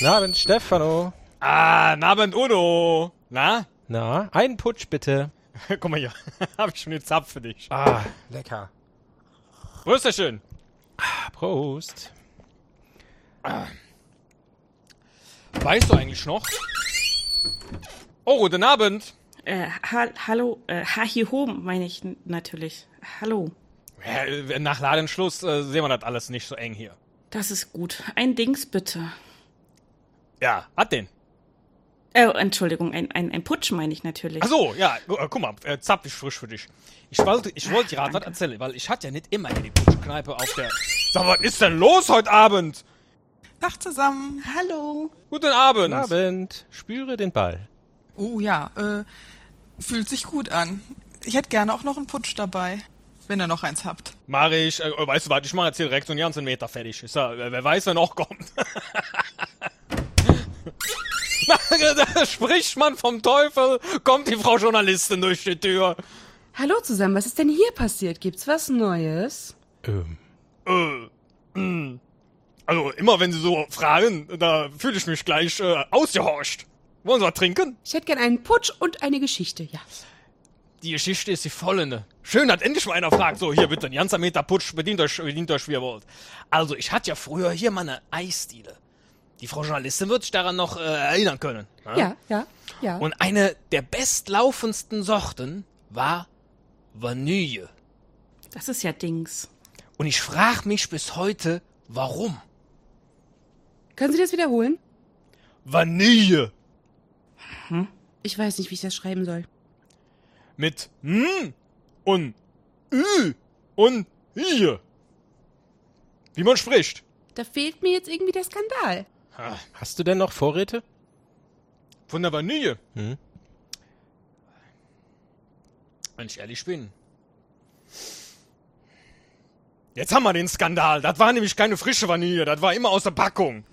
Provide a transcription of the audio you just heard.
Na, Abend, Stefano. Ah, Abend, Udo. Na? Na, einen Putsch bitte. Guck mal hier. Hab ich schon den Zapf für dich. Ah, lecker. Prost, sehr schön. Ah, Prost. Weißt du eigentlich noch? Oh, guten Abend. Äh, ha hallo, äh, ha hier oben meine ich n- natürlich. Hallo. Ja, Nach Ladenschluss äh, sehen wir das alles nicht so eng hier. Das ist gut. Ein Dings bitte. Ja, hat den. Äh, Entschuldigung, ein, ein, ein Putsch meine ich natürlich. Ach so, ja, gu- äh, guck mal, äh, Zapf ist frisch für dich. Ich wollte, ich wollte dir gerade was erzählen, weil ich hatte ja nicht immer hier die Putschkneipe auf der... Sag, was ist denn los heute Abend? Tag zusammen. Hallo. Guten Abend. Guten Abend. Spüre den Ball. Oh ja, äh, fühlt sich gut an. Ich hätte gerne auch noch einen Putsch dabei, wenn ihr noch eins habt. Mach ich, äh, weißt du was, ich mache jetzt hier direkt so einen ganzen Meter fertig. Ist ja, wer wer weiß, wer noch kommt. da spricht man vom Teufel, kommt die Frau Journalistin durch die Tür. Hallo zusammen, was ist denn hier passiert? Gibt's was Neues? Ähm, Also immer wenn sie so fragen, da fühle ich mich gleich äh, ausgehorcht. Wollen Sie was trinken? Ich hätte gern einen Putsch und eine Geschichte, ja. Die Geschichte ist die folgende. Schön, dass endlich mal einer fragt. So, hier bitte, ein ganzer Meter Putsch, bedient euch, bedient euch, wie ihr wollt. Also, ich hatte ja früher hier mal eine Eisdiele. Die Frau Journalistin wird sich daran noch äh, erinnern können. ne? Ja, ja, ja. Und eine der bestlaufendsten Sorten war Vanille. Das ist ja Dings. Und ich frage mich bis heute, warum? Können Sie das wiederholen? Vanille Ich weiß nicht, wie ich das schreiben soll. mit M und Ü und I. Wie man spricht. Da fehlt mir jetzt irgendwie der Skandal. hast du denn noch Vorräte? Von der Vanille. Hm. Wenn ich ehrlich bin. Jetzt haben wir den Skandal. Das war nämlich keine frische Vanille. Das war immer aus der Packung.